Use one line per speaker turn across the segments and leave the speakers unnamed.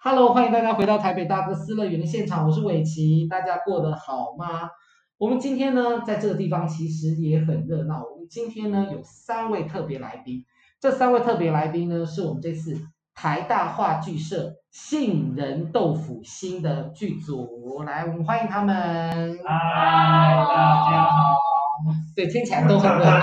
Hello，欢迎大家回到台北大哥斯乐园的现场，我是伟奇，大家过得好吗？我们今天呢，在这个地方其实也很热闹。我们今天呢有三位特别来宾，这三位特别来宾呢是我们这次台大话剧社杏仁豆腐新的剧组，来，我们欢迎他们。
嗨，大家好。
对，听起来都很热闹。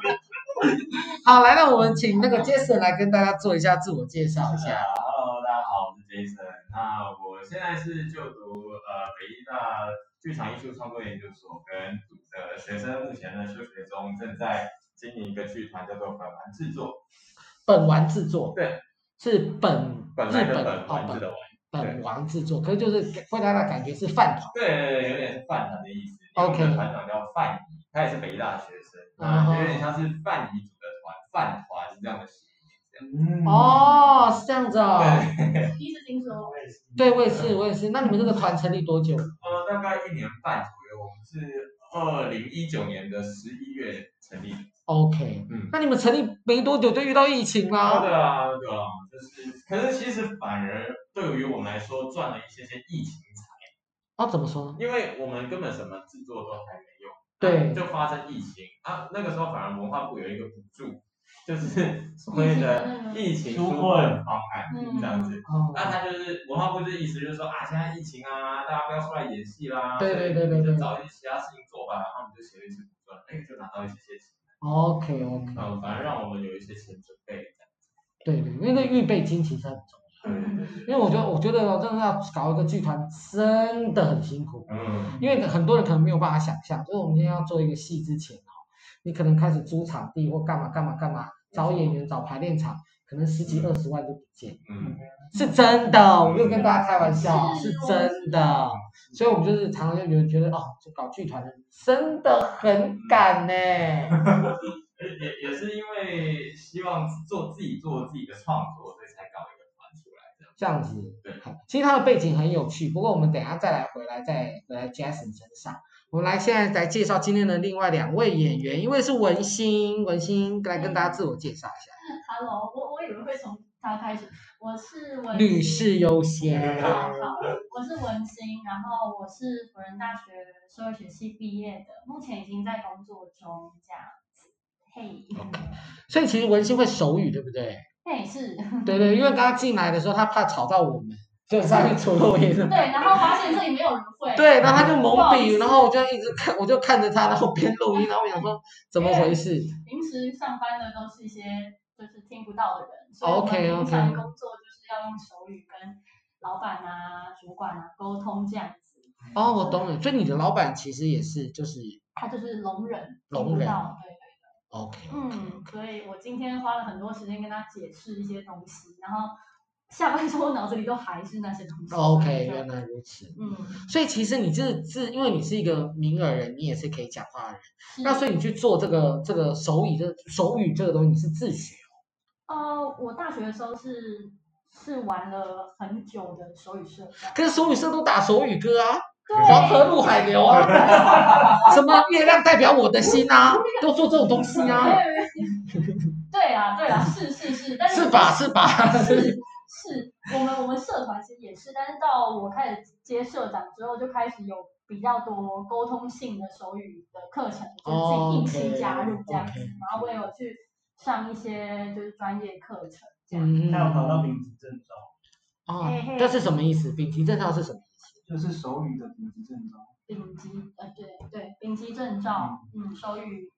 好，来，那我们请那个 Jason 来跟大家做一下自我介绍一下。
Hello，大家好，我是 Jason。那我现在是就读呃北医大剧场艺术创作研究所跟组的学生，目前呢休学中，正在经营一个剧团，叫做本丸制作。
本丸制作，
对，
是本
本
日
来的
本哦
本丸制
本
的丸，
本丸制作，可是就是给大家的感觉是饭团。
对，有点是饭团的意思。
OK
因为我们的团长叫范怡，他也是北医大的学生，
啊
那有点像是范怡组的团，饭团是这样的谐音。这样嗯
哦，是这样子哦。
对，
嗯第一次听说，
对，我也是，我也是。那你们这个团成立多久？
呃，大概一年半左右，我们是二零一九年的十一月成立的。
OK，
嗯，
那你们成立没多久就遇到疫情
啊，
啦。
对啊，对啊，就是，可是其实反而对于我们来说赚了一些些疫情财，
哦，怎么说呢？
因为我们根本什么制作都还没有，
对
就发生疫情啊，那个时候反而文化部有一个补助，就是 所
疫
谓
情
的
的那个
疫情纾
纾困
困方案
嗯
这样子。
哦，
那他就是文化部的意思，就是说啊，现在疫情啊，大家不要出来演戏啦，
对对对
所
对
以
对
你就找一些其他事情做吧，然后我们就写了一些补助，哎，就拿到一些些钱，
OK OK，
嗯，反而让我们有一些钱准备。
对对，那个预备金其实很重
对对对对，
要，因为我觉得我觉得哦真的要搞一个剧团真的很辛苦。
嗯。
因为很多人可能没有办法想象，就是我们今天要做一个戏之前哦，你可能开始租场地或干嘛干嘛干嘛，找演员、找排练场，可能十几二十万就不见，
嗯，
是真的，我没有跟大家开玩笑，啊
是
是真的。所以我们就是常常就有人觉得哦，就搞剧团的真的很赶呢、
也也也是因为希望做自己做自己的创作，所以才搞一个团出来这样。
这样子
对。
好其实它的背景很有趣，不过我们等一下再来回来再回来 Jason 身上。我们来现在来介绍今天的另外两位演员，一位是文心，文心来跟大家自我介绍一
Hello，我我以为会从他开始，我是
下，
文
女士优先。
好好，我是文心，然后我是辅仁大学社会学系毕业的，目前已经在工作中这样子。嘿，
哦
所以其实文心会手语，对不对？
嘿是，
对对，因为刚刚进来的时候，他怕吵到我们，就上去戳落叶什
对，
么。
然后发现这里没有人会，
对，然后他就
不
蒙
好意
笔，
思
然后我就一直看，我就看着他，然后边录音，然后我想说怎么回事？
平时上班的都是一些就是听不到的人，所以我们
OK，OK
平常工作就是要用手语跟老板啊、主管啊沟通这样子，
哦，我懂了，所以你的老板其实也是，就是
他就是聋人，
聋
听不
人
到对。
OK，
嗯，所以我今天花了很多时间跟他解释一些东西，然后下班之后脑子里都还是那些东西。
OK，
所以
原
就
来如此。
嗯，
所以其实你这是因为你是一个名耳人，你也是可以讲话的人。
是
那所以你去做这个这个手语这个手语这个东西，你是自学哦。
呃，我大学的时候是是玩了很久的手语社这样，
可是手语社都打手语歌啊，
对，
黄河入海流啊， 什么月亮代表我的心啊，都做这种东西 啊，
对啊，对啊，是是是，但是
是吧？是吧？
是是，我们我们社团其实也是，但是到我开始接社长之后，就开始有比较多沟通性的手语的课程，
哦
就是自己硬性加入这样子。
OK，OK
然后我也有去上一些就是专业课程这样。
嗯
还有考到丙级证照，
哦
嘿嘿，
这是什么意思？丙级证照是什么？
就是手语的丙级证照。
丙级呃，对对，丙级证照，嗯，手语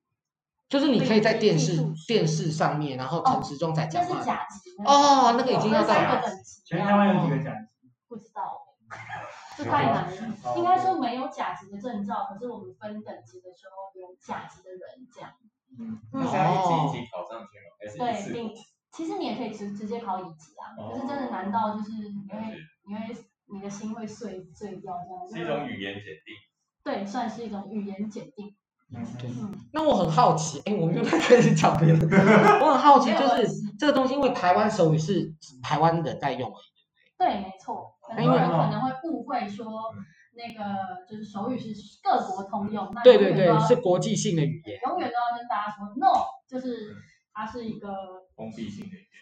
就是你可以在电视
丙级技术
电视上面，然后陈时中在
那
讲
是
话。
甲级的
哦，那个已经要
分
到
三
了
个等级
全台
啊，
湾有几个奖级？
不知道。这太难了，应该说没有甲级的证照，可是我们分等级的时候有甲级的人这样。
嗯，
那是要一
哦
级一级考上去吗？还是一
对，
次
丙其实你也可以直直接考乙级啊，
哦
可是真的难到就是你
了
会你会你的心会碎碎掉这样
过？
子，
是一种语言检定。
对，算是一种语言检定。
对
嗯，
那我很好奇，哎，我们又在开始讲别人。我很好奇，
没有啊
就
关
是这个东西，因为台湾手语是台湾人在用而已，
对，没错，
哎
很多人可能会误会说
嗯
那个就是手语是各国通用，那
对
永
对
远
对
都，要
是国际性的语言。
永远都要跟大家说 no，就是它是一个
封闭性的语言，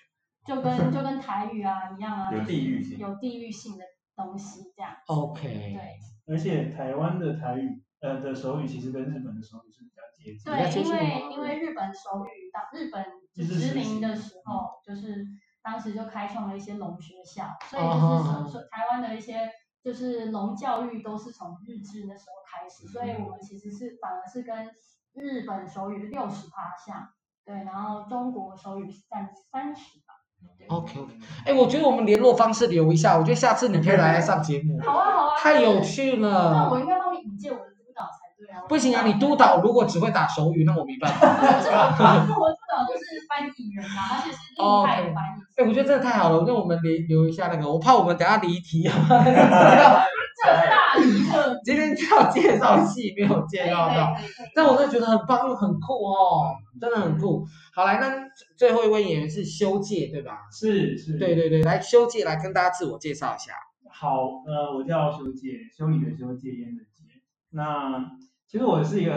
就跟就跟台语啊一样啊，
有
就是
地域性
有地域性的东西这样。
哦 OK，
对
而且台湾的台语，呃的手语其实跟日本的手语是比较接近的。
比较接
对，因
近
为
吗
因为日本手语当日本就
日式
殖民的
时期
时候，就是当时就开创了一些龙学校，所以
啊
就
哦
哈
是
啊
说说台湾的一些就是龙教育都是从日治那时候开
嗯
始，所以我们其实是反而是跟日本手语六十趴像，对，然后中国手语是占三十吧，对。
哦
OK OK，哎、我觉得我们联络方式留一下，我觉得下次你可以来上节 目，
好啊好啊，
太有
但是。
趣
那我
了。
应该帮你引荐我的督导才对啊。我
不行啊，
督
你
导
督导如果只会打手语，那我没办法。
我知道，我知道，就是翻译员嘛，他就是厉害的翻译。
哎、我觉得真的太好了，那我们留留一下那个，我怕我们等下离题啊。
这大离特，
今天要介绍戏没有
可
介
以
绍到，
可以可以。
但我真的觉得很棒又很酷哦，真的很酷。好，来，那最后一位演员是修介，对吧？
是是，
对对对，来修介来跟大家自我介绍一下。
好，呃，我叫修戒，修理的修，戒烟的戒。那其实我是一个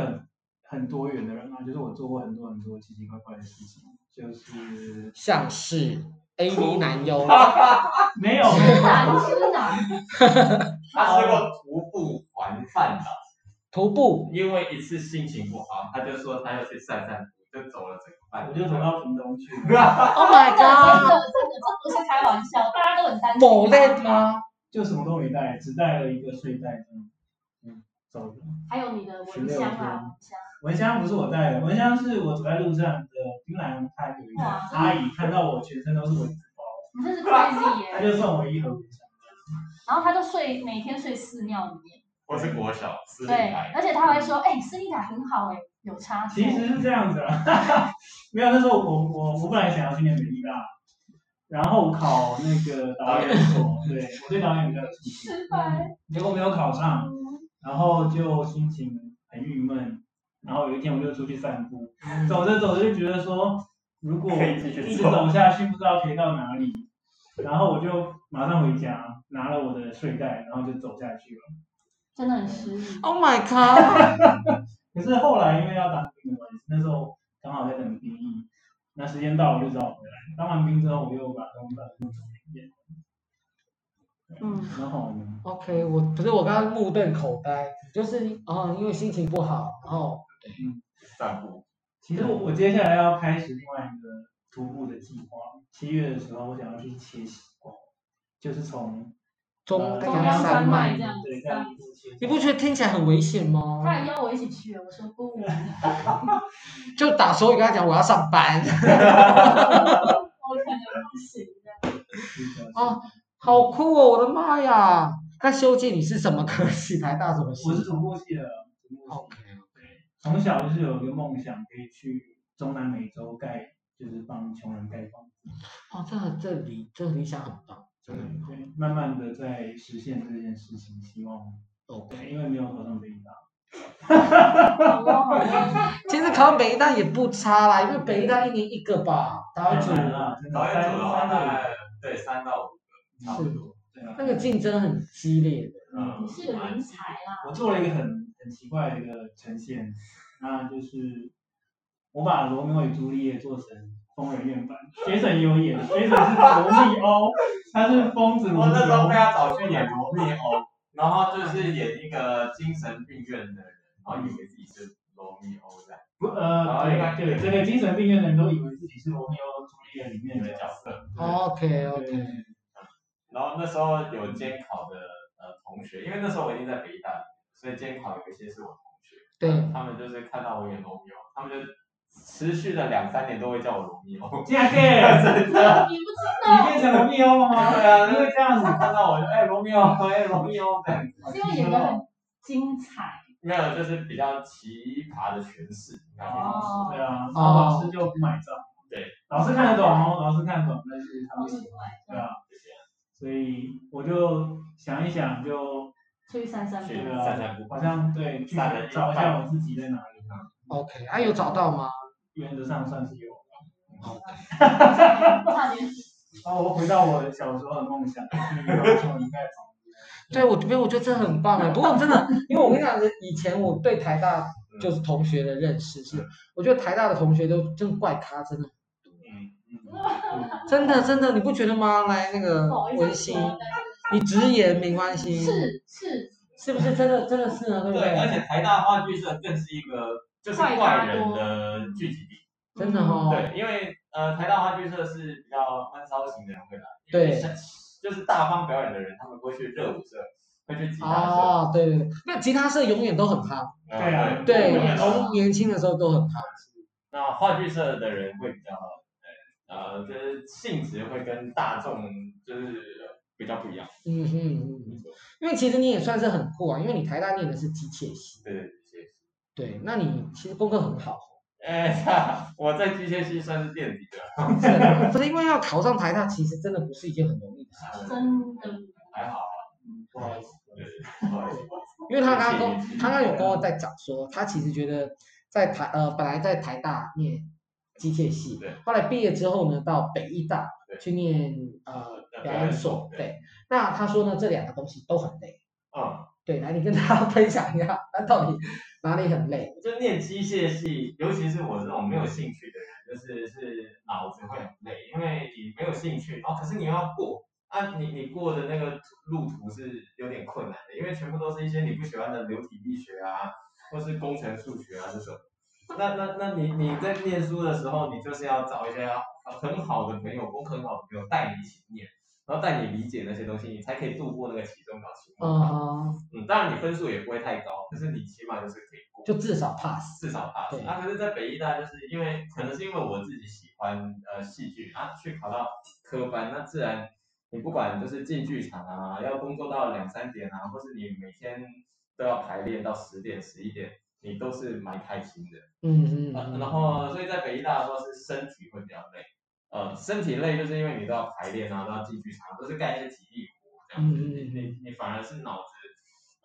很很多元的人啊，就是我做过很多很多奇奇怪怪的事情，就是
像是 AV 男优，
没有没
直
有
男直男，
他是个徒步环饭的，
徒步
因为一次心情不好，他就说他要去散散步，就走了整个半
我
路。
就走到屏东去。
，Oh
真
my
的真
god，
的真的，这不是开玩笑，大家都很担心。
某 l 吗？
就什么都没带，只带了一个睡袋，嗯，嗯，走了。
还有你的蚊香啊，蚊香，
蚊香不是我带的，蚊香是我走在路上的槟榔摊有一个
哇
阿姨看到我全身都是蚊子包，
你这是 crazy
她
耶。
就送我一盒蚊香。
然后他就睡，每天睡寺庙里面，
我是国小私立
对
台，，
而且他还说，哎，斯丽达很好哎，有差错。
其实是这样子啦，没有那时候我我我本来想要去念美艺大，然后考那个导演所，对我对导演比较有兴趣，
失败，
结果没有考上，
嗯
然后就心情很郁闷，然后有一天我就出去散步，走着走着就觉得说，如果
嗯可以继续
一直
走
走下去不知道可以到哪里，然后我就马上回家，拿了我的睡袋，然后就走下去了。
真的很失礼。
，Oh my god，
可是后来因为要当兵的关系，那时候刚好在等兵役，那时间到了就找我回来。当完兵之后，我又把东西再弄走一遍，
嗯，
然后
OK，我可是我刚刚目瞪口呆，就是哦，因为心情不好，然后
散步。
其实我我接下来要开始另外一个徒步的计划。七月的时候，我想要去切西瓜，就是从
中
呃
中
央
央
山
山
脉
脉这，样
对
子
这样一步切。
你不觉得听起来很危险吗
他？还邀我一起去，我说不，
就打手语跟他讲我要上班，
我可能不行的。
得
哦？好酷哦，我的妈呀！那修建你是什么科系？台大什么系
我是土木系的，土木系
？OK，
对，从小就是有一个梦想，可以去中南美洲盖，就是帮穷人盖房子。
哦，这很这理这理想很棒，真的很好。
对，慢慢的在实现这件事情，希望
OK，
对，因为没有考上北大，
好哦，好哦。
其实考上北大也不差啦，因为北大一年一个吧，导演组
当然啦，真的
导演
三
组的话，
三
大
个
概对三到五个，差不多。
对啊
那个竞争很激烈的。
嗯
你是个人才啦，
我做了一个很很奇怪的一个呈现，那就是我把罗密欧与朱丽叶做成疯人院版，杰森也有演，杰森是罗密欧，他是疯子罗
我
密
哦那时候
欧
被，他找去演罗密欧，然后就是演一个精神病院的人，然后以为自己是罗密欧这样
不呃，对对，这个精神病院的人都以为自己是罗密欧朱丽叶里面
的
的
角
角
色
色。。
OK
对
OK，
然后那时候有监考的呃同学，因为那时候我已经在北大，所以监考有一些是我同学，
对，
呃他们就是看到我演罗密欧，他们就持续的两三年都会叫我罗密
哦
欧。
这样对，
你不知
你
道，
变成罗密欧了 吗？
对啊，
嗯
因
就是
为这样子，
看到我就哎罗密欧，哎罗密欧这样子。
是因为演的很精彩，
没有，就是比较奇葩的诠释。然后
哦
对啊，然后老师就不买账。
对，
老师看得懂哦，老师看得懂，但是他
超
不
级
喜欢。对
快，
啊，所以我就想一想，就
出去散散步
去。
对啊
散散步，
好像对去
散了一
找一下
半
我自己在哪里。
OK，啊有找到
嗯
吗？
原则上算是有。
差点
然哦后我回到我小时候的梦想，去高雄应该找。
对，我没有，我觉得这很棒哎。不过真 的，因为我跟你讲，以前我对台大
嗯
就是同学的认识是，我觉得台大的同学都真怪咖，真的
嗯，
真的真的，你不觉得吗？来那个
不好意
文
思
心，
说，
你直言没关
但
系，
是是是
是不是真的真的是呢？对不
对，而且台大话剧社更是一个就是怪人的聚集地。
真的哦，
对，因为呃，台大话剧社是比较闷骚型的人会来，
对
因为像就是大方表演的人，他们会去热舞社，会去吉他社，
哦，对对对，那吉他社永远都很夯，
呃
对啊
对，
永远都
从年轻的时候都很夯，
那话剧社的人会比较，呃，就是性质会跟大众就是比较不一样。
嗯哼嗯
没
嗯，
错
因为其实你也算是很酷啊，因为你台大念的是机械系，
对对对。
对，那你其实功课很好，
哎呀，我在机械系算是垫底的，
是啊不是因为要考上台大，其实真的不是一件很容易的事，
是真的，
还好，
不
啊
好意思，
对，不好意思。
因为他刚刚
谢谢
跟他刚有跟我在讲说，他其实觉得在台呃本来在台大念机械系
对，
后来毕业之后呢，到北医大
对
去念呃
呃
表
表
演
演
所，
所
对，那他说呢，这两个东西都很累，
嗯，
对，来你跟大家 分享一下，他到底哪里很累？
就念机械系，尤其是我这种没有兴趣的人，就是是脑子会很累，因为你没有兴趣，哦，可是你又要过。啊，你你过的那个路途是有点困难的，因为全部都是一些你不喜欢的流体力学啊，或是工程数学啊这种。那那那你你在念书的时候，你就是要找一些很好的朋友，功课很好的朋友带你一起念，然后带你理解那些东西，你才可以度过那个期中考、期末考。
嗯，
嗯，当然你分数也不会太高，可是你起码就是可以过。
就至少 pass，
至少 pass
对。
啊，可是，在北医大就是因为可能是因为我自己喜欢呃戏剧啊，去考到科班，那自然你不管就是进剧场啊，要工作到两三点啊，或是你每天都要排练到十点十一点，你都是蛮开心的。
嗯嗯
呃
嗯，
然后，所以在北医大的时候是身体会比较累，呃，身体累就是因为你都要排练啊，都要进剧场，都是干一些体力活这样子，
嗯嗯嗯
你你你反而是脑子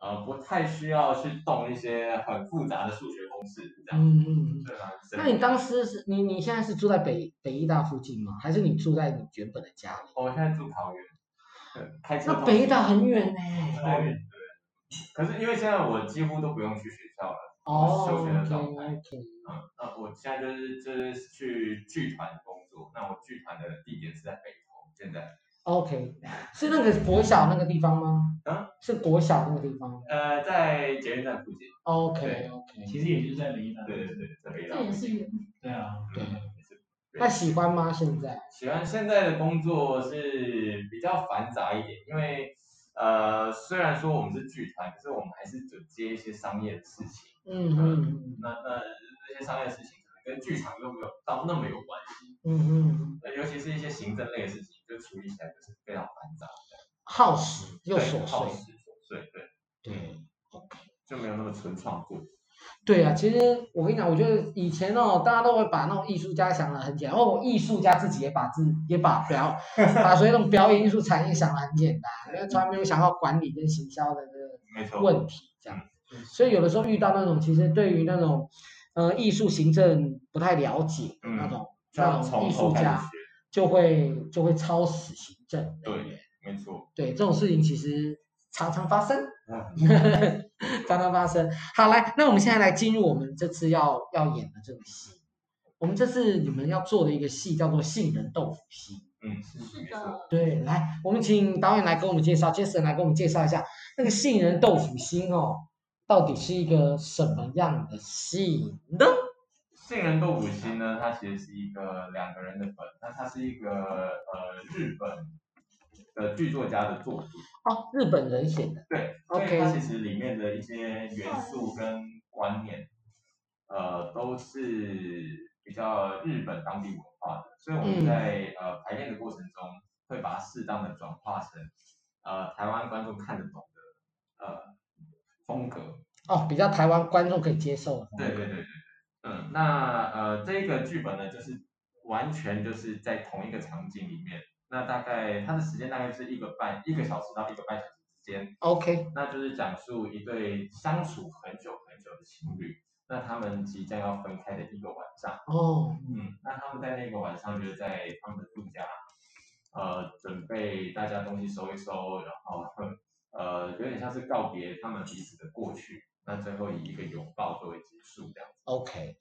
呃不太需要去动一些很复杂的数学公式这样。
嗯嗯嗯。
对啊，身
那
体
你当时是你你现在是住在北北医大附近吗？还是你住在你原本的家里？
哦我现在住桃园，对，开车
那
到
北医大很远呢、
桃园，对。可是因为现在我几乎都不用去学校了，
哦
休学的
，OK
状态
OK。
嗯，那我现在就是就是去剧团工作，那我剧团的地点是在北投，现在
OK，是那个国小那个地方吗？
啊，
是国小那个地方吗。
呃在捷运站附近，
OK
对
OK，
其实也就是在北大，
对对对，在北
这
投
也是缘分。
对啊，
对
嗯是
那喜欢吗？现在？
喜欢现在的工作是比较繁杂一点，因为呃虽然说我们是剧团，可是我们还是准接一些商业的事情。
嗯嗯
那那那些商业事情可能跟剧场又没有到那么有关系，
嗯嗯嗯，
那尤其是一些行政类的事情，就处理起来就是非常繁杂的，
耗时又
对
琐
耗
碎。
时嗯琐碎，对，
对
就没有那么纯创作。
对啊，其实我跟你讲，我觉得以前哦，大家都会把那种艺术家想的很简单，哦，艺术家自己也把自也把 表把所谓那种表演艺术产业想的很简单，因为从来没有想到管理跟行销的这个
没错，
问题这样子。
嗯
所以有的时候遇到那种其实对于那种呃艺术行政不太了解的那种、
嗯就
那
要
种
从
艺
头
术
开始
家，
学，
就会就会超死行政人
对
员。
没错。
对这种事情其实常常发生，
嗯，
常常发生。好，来，那我们现在来进入我们这次要要演的这个戏。我们这次你们要做的一个戏叫做杏仁豆腐戏。
嗯
是
没错。
的，
对，来，我们请导演来给我们介绍，Jason 来给我们介绍一下那个杏仁豆腐心哦，到底是一个什么样的戏呢？
杏仁豆腐心呢，它其实是一个两个人的本，那它是一个呃日本的剧作家的作品。
哦，日本人写的，
对，所
OK
以它其实里面的一些元素跟观念，呃，都是比较日本当地文化的，所以我
嗯
们在、呃排练的过程中，会把它适当的转化成呃台湾观众看得懂的呃风格。
哦，比较台湾观众可以接受的。
对对对对对，嗯，那呃这个剧本呢，就是完全就是在同一个场景里面，那大概它的时间大概是一个半一个小时到一个半小时之间。
，OK，
那就是讲述一对相处很久很久的情侣，那他们即将要分开的一个晚上，
哦，
嗯，那他们在那个晚上就是在他们的度假，呃，准备大家东西收一收，然后呃，有点像是告别他们彼此的过去，那最后以一个拥抱作为结束这样子。
OK，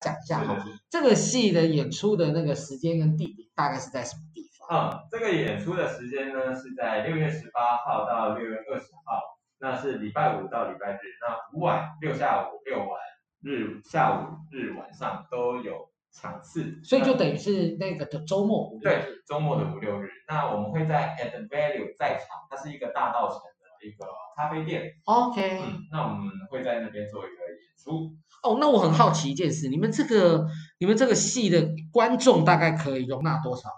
讲一下哈，
是是
这个戏的演出的那个时间跟地点大概是在什么地方？
嗯，这个演出的时间呢是在六月十八号到六月二十号，那是礼拜五到礼拜日，那五晚六下午六晚日下午日晚上都有场次，
所以就
那
等于是那个的周末五六日
嗯对周末的五六日，那我们会在 At the Value 在场，它是一个大道城的一个咖啡店，
，OK，、
嗯，那我们会在那边做一个演出。
哦，那我很好奇一件事，你们这个你们这个戏的观众大概可以容纳多少？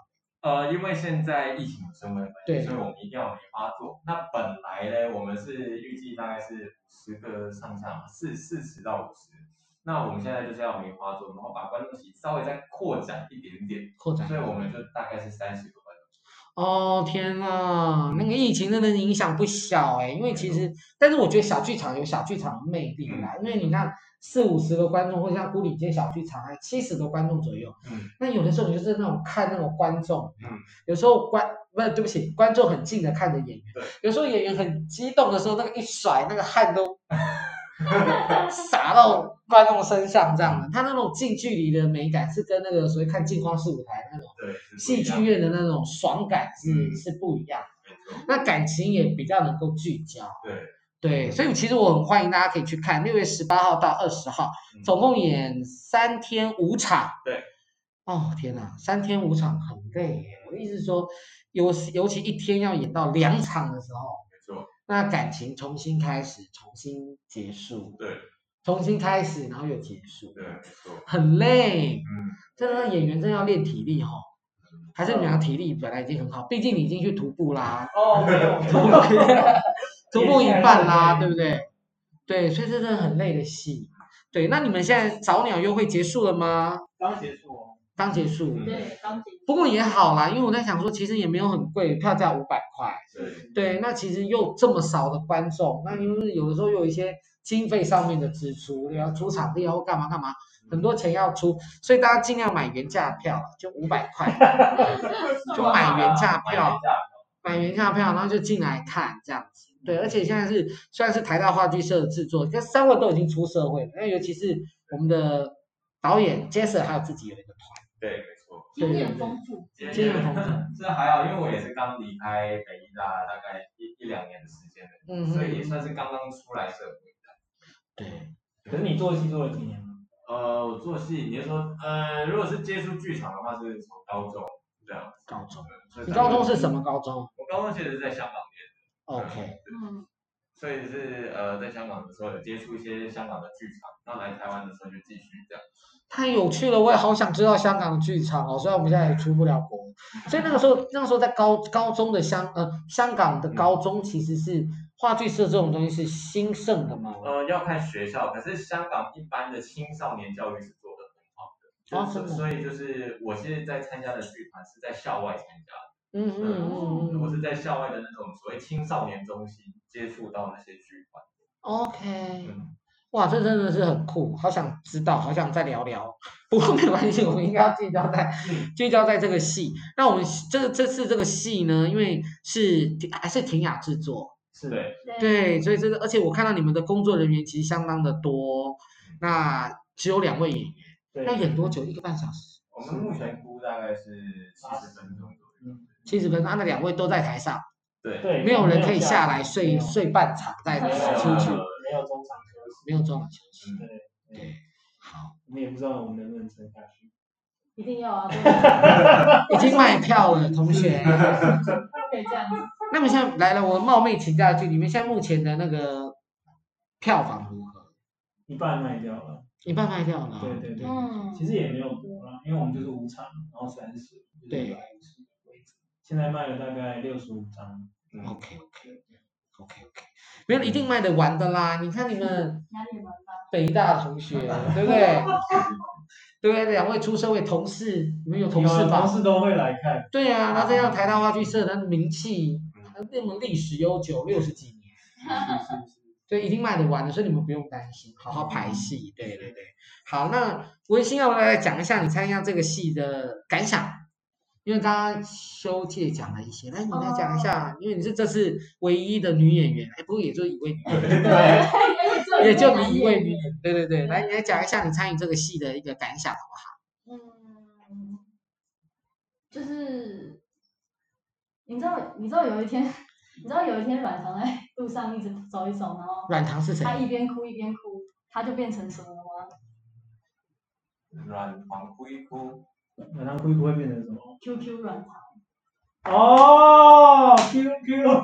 呃，因为现在疫情有升温的关
对
系，所以我们一定要梅花座。那本来呢，我们是预计大概是十个上下嘛，四四十到五十。那我们现在就是要梅花座，然后把观众席稍微再扩展一点点，
扩展
所以我们就大概是三十个观众。
哦天呐，那个疫情真的影响不小哎、因为其
嗯
实，但是我觉得小剧场有小剧场的魅力啦，因为你看四五十个观众，或者像古里街小剧场啊，七十个观众左右，
嗯，
那有的时候你就是那种看那种观众，
嗯，
有时候观不是对不起，观众很近的看着演员
对，
有时候演员很激动的时候，那个一甩，那个汗都 洒到观众身上这样的，他那种近距离的美感是跟那个所谓看镜框式舞台那种。
对，是不
戏
一样
剧院的那种爽感是、
嗯
是不一样，
没错，
那感情也比较能够聚焦。
对，嗯
对，所以其实我很欢迎大家可以去看，六月十八号到二十号，
嗯
总共演三天五场。
对。
哦天哪，三天五场很累耶。我的意思是说，尤尤其一天要演到两场的时候，
没错，
那感情重新开始，重新结束，
对
重新开始，然后又结束，
对，没错，
很累。
嗯，
真的演员真的要练体力哦，还是你们俩体力本来已经很好，毕竟你已经去徒步啦，
哦，没有，
徒步徒步一半啦，
也是
对不对？对，所以这真的很累的戏。对，那你们现在早鸟优惠结束了吗？
刚结束哦，
刚结束。
嗯
对，刚结束
不过也好啦，因为我在想说，其实也没有很贵，票价五百块。
对，
对，那其实又这么少的观众，那因为有的时候有一些经费上面的支出，你要租场地啊或干嘛干嘛，很多钱要出，所以大家尽量买原价票，就五百块。 就买原价
买
票
原价
买原价票，然后就进来看这样子。对，而且现在是虽然是台大话剧社的制作，但三位都已经出社会了，那尤其是我们的导演 Jason 还有自己有一个团，
对，没错。
经验丰富，
今
经验
天
丰富。
这还好，因为我也是刚离开北医大大概一一两年的时间而已，
嗯
所以也
哼，
算是刚刚出来社会。
对，
可是你做戏做了几年了？
呃，我做戏，你是说，呃，如果是接触剧场的话，是从高中这样。
高中。
所以
你
大概
高中是什么高中
我高中其实是在香港念的，
？OK，
嗯，
所以是呃在香港的时候有接触一些香港的剧场，那来台湾的时候就继续这样。
太有趣了，我也好想知道香港的剧场哦。虽然我们现在也出不了国，所以那个时候，那个时候在高高中的香呃香港的高中其实是话剧社这种东西是兴盛的嘛。
呃，要看学校，可是香港一般的青少年教育是做得很好的，
哦
就是
真的
所以就是我现在在参加的剧团是在校外参加的。
嗯嗯嗯嗯
我
嗯
是在校外的那种所谓青少年中心接触到那些剧团。
，OK。
嗯，
哇，这真的是很酷，好想知道，好想再聊聊。不过没关系，我们应该要聚焦在
嗯
聚焦在这个戏。那我们这这次这个戏呢，因为是还是婷雅制作，
是
对，
对，所以这个而且我看到你们的工作人员其实相当的多，那只有两位演员，
对，
要演多久？一个半小时，
我们目前估大概是七十分钟左右。
嗯
七十分钟。啊那两位都在台上，
对，
对，
没有人可以下来
没
睡
有
睡半场再
没有
出去，
没有中场休息，
没有中场休息。
嗯
对，
对，好，
我们也不知道我们能不能撑下去。
一定要啊，对
已经卖票了，同 学。
不可以这样子。
那么现在来了，我冒昧请教一句，你们现在目前的那个票房如何？
一半卖掉了，
一半卖掉了啊，
对对对
嗯，
其实也没有多啦，因为我们就是五场，然后三十，就是
对
150个位置现在卖了大概六十五张，
嗯，
OK OK OK OK，没有一定卖得完的啦。你看你们
压力蛮大。
北大同学，对不 对？对不对？两位出社会同事，你们有同事
有同
吧？
事都会来看，
对啊，嗯然后再让台大话剧社的名气，那么历史悠久，六十几年。
是是是，
对，已经卖得完了，所以你们不用担心，好好排戏。对对对，好，那文心要不要来讲一下你参加这个戏的感想？因为刚刚修介讲了一些，那你来哦 讲一下，因为你是这次唯一的女演员，哎，不过也就一位女演员，
对，
对，因为这
也就你一位
女
女演员，对嗯对对，
对
来你来讲一下你参与这个戏的一个感想好不好？
嗯，就是你知道，你知道有一天，你知道有一天软糖在路上一直走一走，然后
软糖是谁？
他一边哭一边哭，他就变成什么了吗
软糖哭一哭，
晚上哭一哭会变成什么？
？QQ 软糖，
哦，Q Q，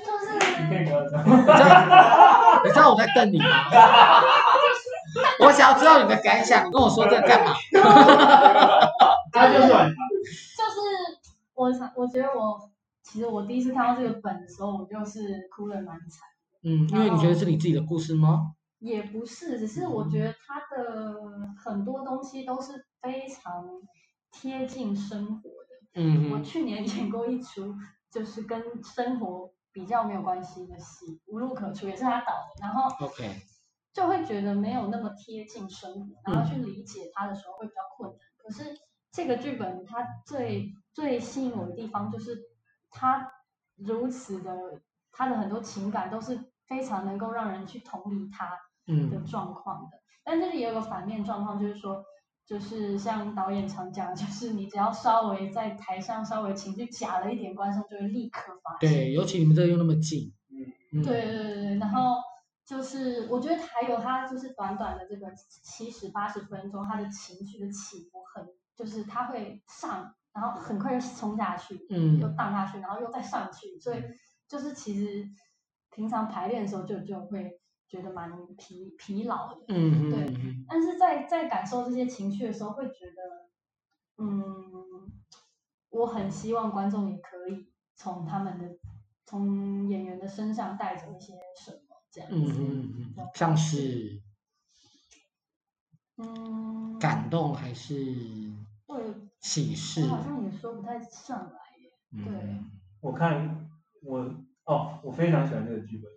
就是
那个什
你
么，
知道 你知道我在瞪你吗？我想要知道你的感想，你跟我说这干嘛？
他就是软糖，
就是我想，我觉得我其实我第一次看到这个本的时候，我就是哭的蛮惨，
嗯，因为你觉得是你自己的故事吗？
也不是，只是我觉得他的很多东西都是非常贴近生活的。
嗯
我
嗯，
去年演过一出，就是跟生活比较没有关系的戏，《无路可出》也是他导的，然后
OK
就会觉得没有那么贴近生活，然后去理解他的时候会比较困难。可是这个剧本它最最吸引我的地方就是它如此的，它的很多情感都是非常能够让人去同理他，的
嗯
状况的。但这里也有个反面状况，就是说，就是像导演常讲，就是你只要稍微在台上稍微情绪假了一点，观众就会立刻发现。
对，尤其你们这个又那么近，嗯
对对对对，然后就是我觉得还有他就是短短的这个七十八十分钟，他的情绪的起伏很，就是他会上，然后很快就冲下去，又
嗯
荡下去，然后又再上去，所以就是其实平常排练的时候就就会觉得蛮疲疲劳的。
嗯
对
嗯嗯
但是在在感受这些情绪的时候，会觉得，嗯，我很希望观众也可以从他们的从演员的身上带走一些什么，这样
嗯
子。
嗯嗯，像是
嗯，
感动还是
我也
喜事
我？好像也说不太上来耶。
嗯
我看我哦，我非常喜欢这个剧本，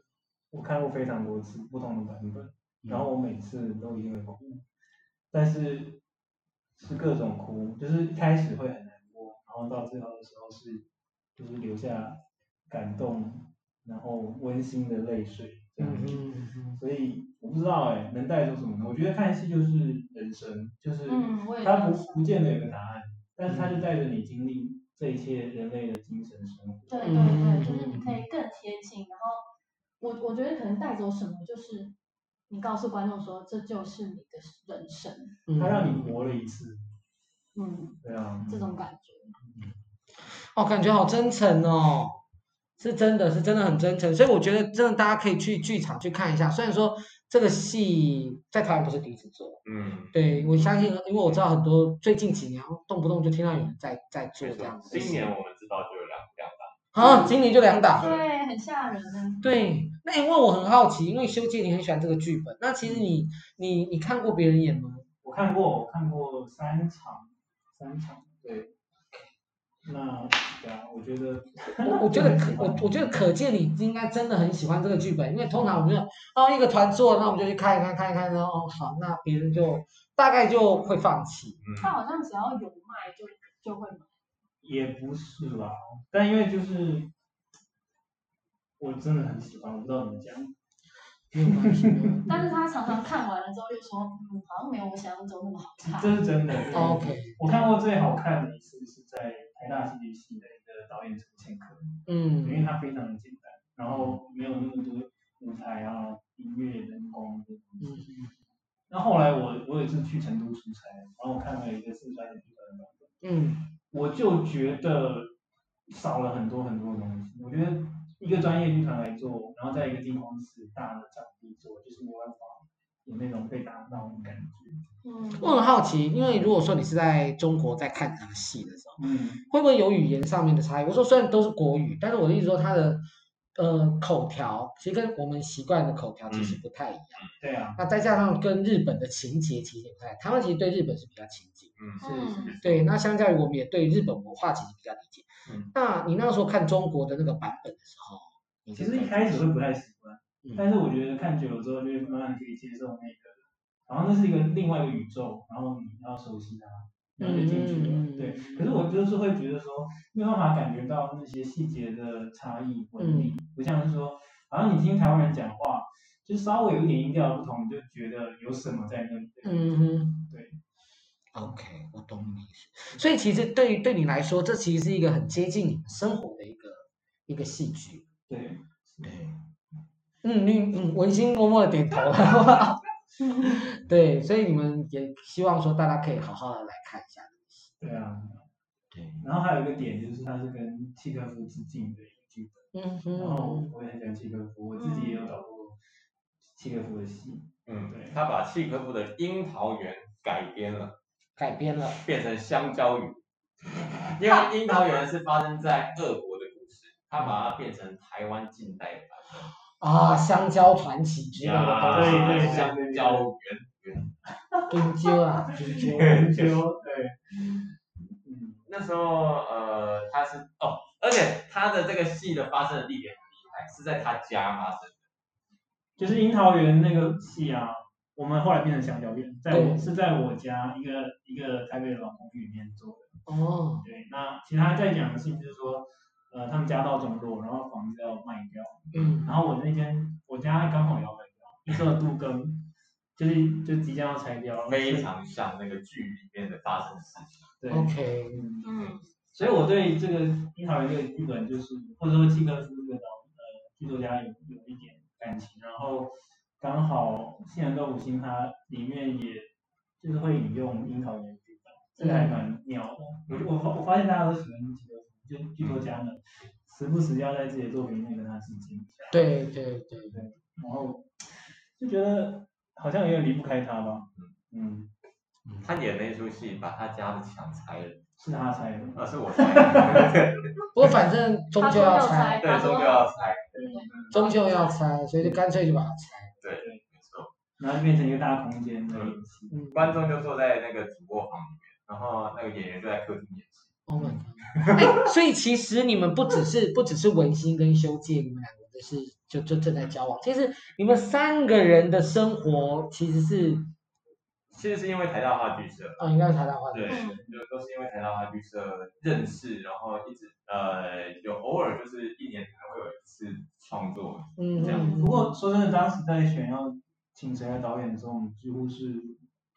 我看过非常多次不同的版本，然后我每次都一定会哭，但是是各种哭，就是一开始会很难过，然后到最后的时候是就是留下感动，然后温馨的泪水这样
嗯
子。
嗯嗯
所以我不知道哎、能带走什么呢？我觉得看戏就是人生，就是
嗯我也这
它
样
不
想
不见得有个答案，但是它就带着你经历这一切人类的精神生活。
对对
嗯
对，就是你可以更贴近，然后我我觉得可能带走什么，就是你告诉观众说这就是你的人生，
嗯，
它让你活了一次，
嗯，
对啊，
这种感觉。
哦，感觉好真诚哦，是真的是真的很真诚，所以我觉得真的大家可以去剧场去看一下。虽然说这个戏在台湾不是第一次做，
嗯，
对我相信，因为我知道很多最近几年动不动就听到有人在在做
没
这样
错。
子。
今年我们知道就有两两档，
啊，今年就两档。
对，很吓人啊呢。
对，那因为我很好奇，因为修杰你很喜欢这个剧本，那其实你你你看过别人演吗？
我看过，我看过三场，三场，对。那对啊，我觉得
我我觉 得可啊我我觉得可见你应该真的很喜欢这个剧本，因为通常我们就哦一个团做，那我们就去看一看看一看，然后哦好，那别人就大概就会放弃。
他
嗯，
好像只要有卖就就会买。
也不是啦，但因为就是我真的很喜欢，我不知道怎么讲，
没有关系 没有关系
但是他常常看完了之后就说，嗯，好像没有我想象中那么好看。
这是真的。
哦 OK，
我看过最好看的一次是在台大戏剧系的一个导演陈倩科，因为
嗯
它非常的简单，然后没有那么多舞台啊、音乐、灯光这些东西。那后来我我有一次去成都出差，然后我看了一个四川的剧本版本，
嗯
我就觉得少了很多很多东西。我觉得一个专业剧团来做，然后在一个金黄石大的场地做，就是没办法有那种被打到的感觉。
嗯，
我很好奇，因为如果说你是在中国在看这个戏的时候，
嗯，
会不会有语言上面的差异？我说虽然都是国语，但是我的意思说它的呃口条其实跟我们习惯的口条其实不太一样。
对啊，
那再加上跟日本的情节其实也不太，台湾其实对日本是比较亲近，
嗯，是是，
对，那相较于我们也对日本文化其实比较理解。
嗯
那你那时候看中国的那个版本的时候，你
其
是
实一
怎
开
么
始会不太习惯，
嗯
但是我觉得看久了之后，就会慢慢可以接受那个，然后那是一个另外一个宇宙，然后你要熟悉它，然后就进去了。
嗯
对，可是我就是会觉得说，没有办法感觉到
嗯
那些细节的差异纹理，不像是说，好像你听台湾人讲话，就稍微有点音调的不同，你就觉得有什么在那里。
嗯哼，
对。
OK，我懂你意思。所以其实对于对你来说，这其实是一个很接近你们生活的一个一个戏剧。
对，
对。嗯，你嗯，我已经默默的点头了。 对，所以你们也希望说大家可以好好的来看一下。
对啊。
对，
然后还有一个点就是，它是跟契诃夫致敬的一个剧本。
嗯
然后
哼，
我也很喜欢契诃夫，我自己也有导过契诃夫的戏。
嗯，
对
他把契诃夫的《樱桃园》改编了，
改编了。
变成香蕉雨，因为《樱桃园》是发生在俄国的故事，他把它变成台湾近代版
啊，香蕉传奇之类的东西，
对对对
香蕉园园。
冰揪啊，冰揪，
研究对，嗯，
那时候呃，他是哦，而且他的这个戏的发生的地点很厉害，是在他家发生的。
就是樱桃园那个戏啊，我们后来变成香蕉园，在我
对
是在我家一个一个台北的老公寓里面做的。
哦，
对，那其他在讲的事情就是说，呃，他们家道中落，然后房子要卖掉，
嗯，
然后我那间我家刚好也要卖掉，那时候杜更就是就即将要拆掉，
非常像那个剧里面的发生的事情。
对。
OK，
嗯
嗯
所以我对这个樱桃园这个剧本，就是或者说契诃夫这个导呃剧作家有有一点感情，然后刚好《杏仁豆腐心》它里面也就是会引用樱桃园剧本，这个还蛮妙的。我我发我发现大家都喜欢契诃夫，就是剧作家们时不时要在自己的作品里面跟他致敬一下，
对对对，
然后就觉得好像有点离不开他吧。嗯，
他演那出戏，把他家的墙拆了，
是他猜的。
啊，是我拆的，
不过反正终究要拆，
对，终究要拆，
终究要拆，所以就干脆就把它拆。
没错。
然后就变成一个大空间的
嗯
戏。
嗯
观众就坐在那个主卧房里面，然后那个演员就在客厅演戏。
，Oh my god！哎，所以其实你们不只是不只是文心跟修介，你们两个就是就就正在交往，其实你们三个人的生活其实是，
其实是因为台大话剧社，
哦，应该是台大话剧
对，
社，
就都是因为台大话剧社认识，然后一直呃有偶尔就是一年可能会有一次创作，
嗯
这样
嗯，
不过说真的，当时在选要请谁来导演的时候，我们几乎是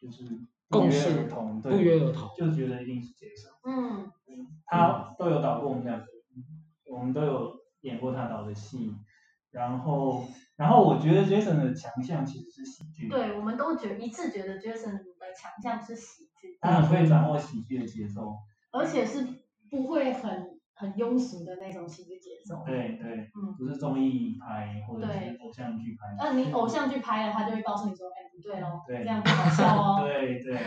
就是不
共
约
识
而同，
不
对，
约而同，
就觉得一定是杰森，
嗯
他都有导过我们两个，我们都有演过他导的戏，然后然后我觉得杰森的强项其实是喜剧，
对，我们都觉一致觉得 Jason 的强项是喜剧，
他很会掌握喜剧的节奏，
而且是不会很很庸俗的那种喜剧节奏。
对对，
嗯
不是综艺拍或者是
对
偶像剧拍，
那呃你偶像剧拍了，他就会告诉你说，哎，不对喽，
对
这样不好笑哦。
对对，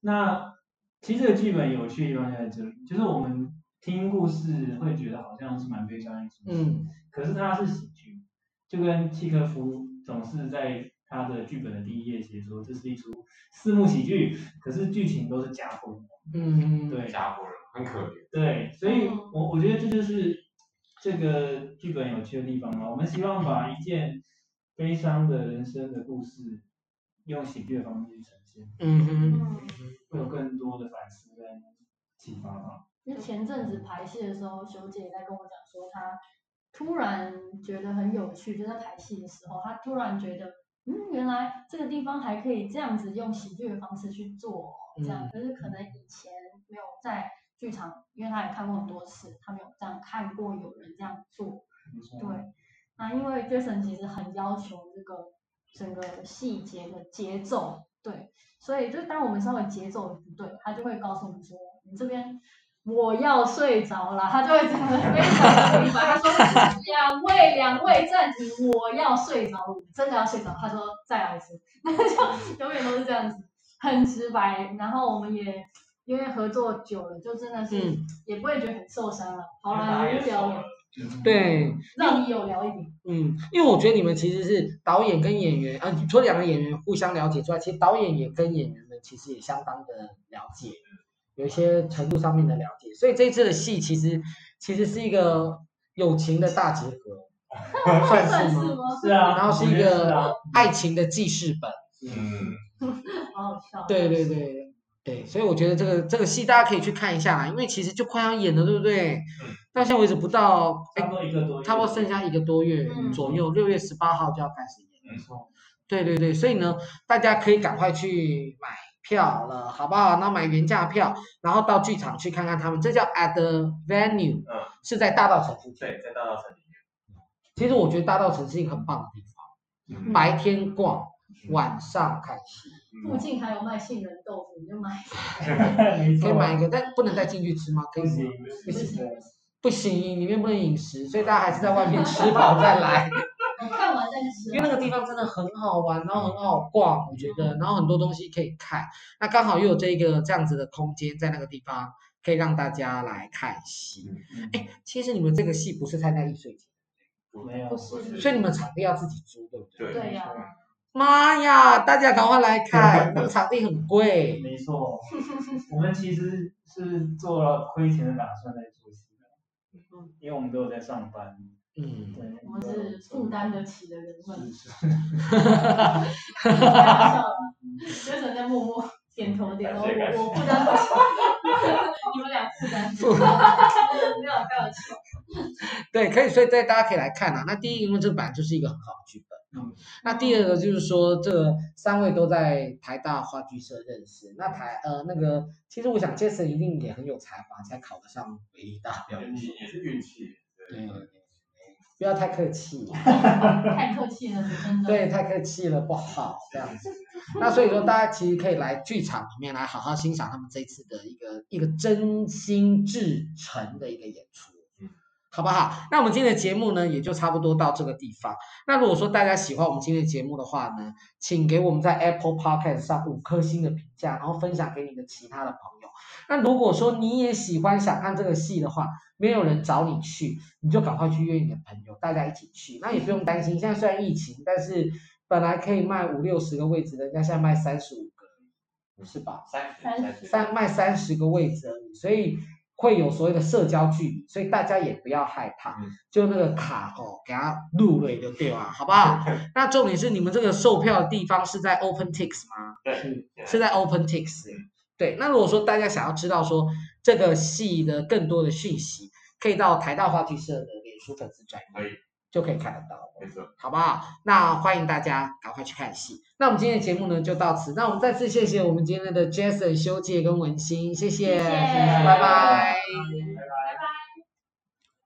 那其实这个剧本有趣的地方就在这里，就是我们听故事会觉得好像是蛮悲伤的故事，
嗯
可是它是喜剧，就跟契诃夫总是在他的剧本的第一页写说这是一出四幕喜剧，可是剧情都是架空的，
嗯，哦
对
家伙人很可怜。
对，所以
嗯
我我觉得这就是这个剧本有趣的地方嘛。我们希望把一件悲伤的人生的故事，用喜剧的方式去呈现。
嗯哼。
嗯，
会有更多的反思跟启发吧。
就前阵子排戏的时候，修姐也在跟我讲说，她突然觉得很有趣，就在排戏的时候，她突然觉得，嗯，原来这个地方还可以这样子用喜剧的方式去做哦，这样就是可能以前没有在剧场，因为她也看过很多次，她没有这样看过有人这样做，
没错，
对，那因为 Jason 其实很要求这个整个细节的节奏，对，所以就当我们稍微节奏不对，他就会告诉我们说，你这边我要睡着了，他就会讲的非常明白，他说两位两位暂停，我要睡着了，我真的要睡着，他说再来一次， 那就永远都是这样子，很直白，然后我们也。因为合作久了，就真的是
嗯
也不会觉得很受伤了，好
因为大
啦，
家也
无聊
熟
了
了，
嗯，
对，啊
让你有聊一点。
嗯，因为我觉得你们其实是导演跟演员，啊，除了两个演员互相了解之外，其实导演也跟演员们其实也相当的了解，有一些程度上面的了解，所以这一次的戏其实其实是一个友情的大结合，算
算
是
是
吗？
吗？
是啊，
然后是
我
一
觉得是
个哎
啊
爱情的记事本，
嗯，
好好笑。
对对对对，所以我觉得这个这个戏大家可以去看一下啦，因为其实就快要演了，对不对？到现在为止不到，
嗯差
哎
不多一个多月，
差不多剩下一个多月
嗯
左右，六月十八号就要开始演。
没错，
对对对，所以呢，大家可以赶快去买票了，好不好？那买原价票，然后到剧场去看看他们，这叫 at the venue，
嗯，
是在大道城附近。
对，在大稻城里面，
其实我觉得大道城是一个很棒的地方，
嗯
白天逛，
嗯
晚上看戏，
附近还有卖杏仁豆腐，你就买。
没
可以
错，
买一个，但不能再进去吃吗？可以
不行
吗？
不行的，
不行，里面不能饮食，所以大家还是在外面吃饱再来。
你看完再吃啊
因为那个地方真的很好玩，然后很好逛，我觉得，然后很多东西可以看。那刚好又有这个这样子的空间在那个地方，可以让大家来看戏。
嗯
哎，其实你们这个戏不是参加艺术节，
没有
不，是
所以你们场地要自己租，对不对？
对
对呀、
妈呀，大家赶快来看，那个场地很贵。
没错，我们其实是做了亏钱的打算在做戏的，因为我们都有在上班，
嗯，
对，
我们是负担得起的人 们，
是是，
开玩笑啦，学生在默默点头点头，
感谢感谢
我我负担不起， 你们俩负担 不起，没有开玩笑，
对，可以，所以对大家可以来看啊。那第一，因为这本来就是一个很好的剧本。啊
嗯
那第二个就是说，这三位都在台大话剧社认识。那台呃那个，其实我想 Jason 一定也很有才华，才考得上北医大表演
运
系。
嗯气也是运气，对，
对，不要太客气，
太客气了，真的。
对，，太客气了不好这样子。那所以说，大家其实可以来剧场里面来好好欣赏他们这次的一个一个真心至诚的一个演出
嗯，
好不好？那我们今天的节目呢，也就差不多到这个地方。那如果说大家喜欢我们今天的节目的话呢，请给我们在 Apple Podcast 上五颗星的评价，然后分享给你的其他的朋友。那如果说你也喜欢想看这个戏的话，没有人找你去，你就赶快去约你的朋友，大家一起去。那也不用担心，现在虽然疫情，但是本来可以卖五六十个位置的，人家现在卖三十五个，是吧？
三十
三
十
三卖三十个位置而已，所以会有所谓的社交距离，所以大家也不要害怕
嗯，
就那个卡哦，给它入了就对了，好不 好？那重点是你们这个售票的地方是在 OpenTix 吗？
对，嗯
是在 OpenTix。对，那如果说大家想要知道说这个戏的更多的讯息，可以到台大话剧社的脸书粉丝专
可以
页，就可以看得到了。
没错，
好不好？那欢迎大家赶快去看戏。那我们今天的节目呢就到此。那我们再次谢谢我们今天的 Jason、修介跟文心，谢谢，
谢谢
拜拜。
拜拜。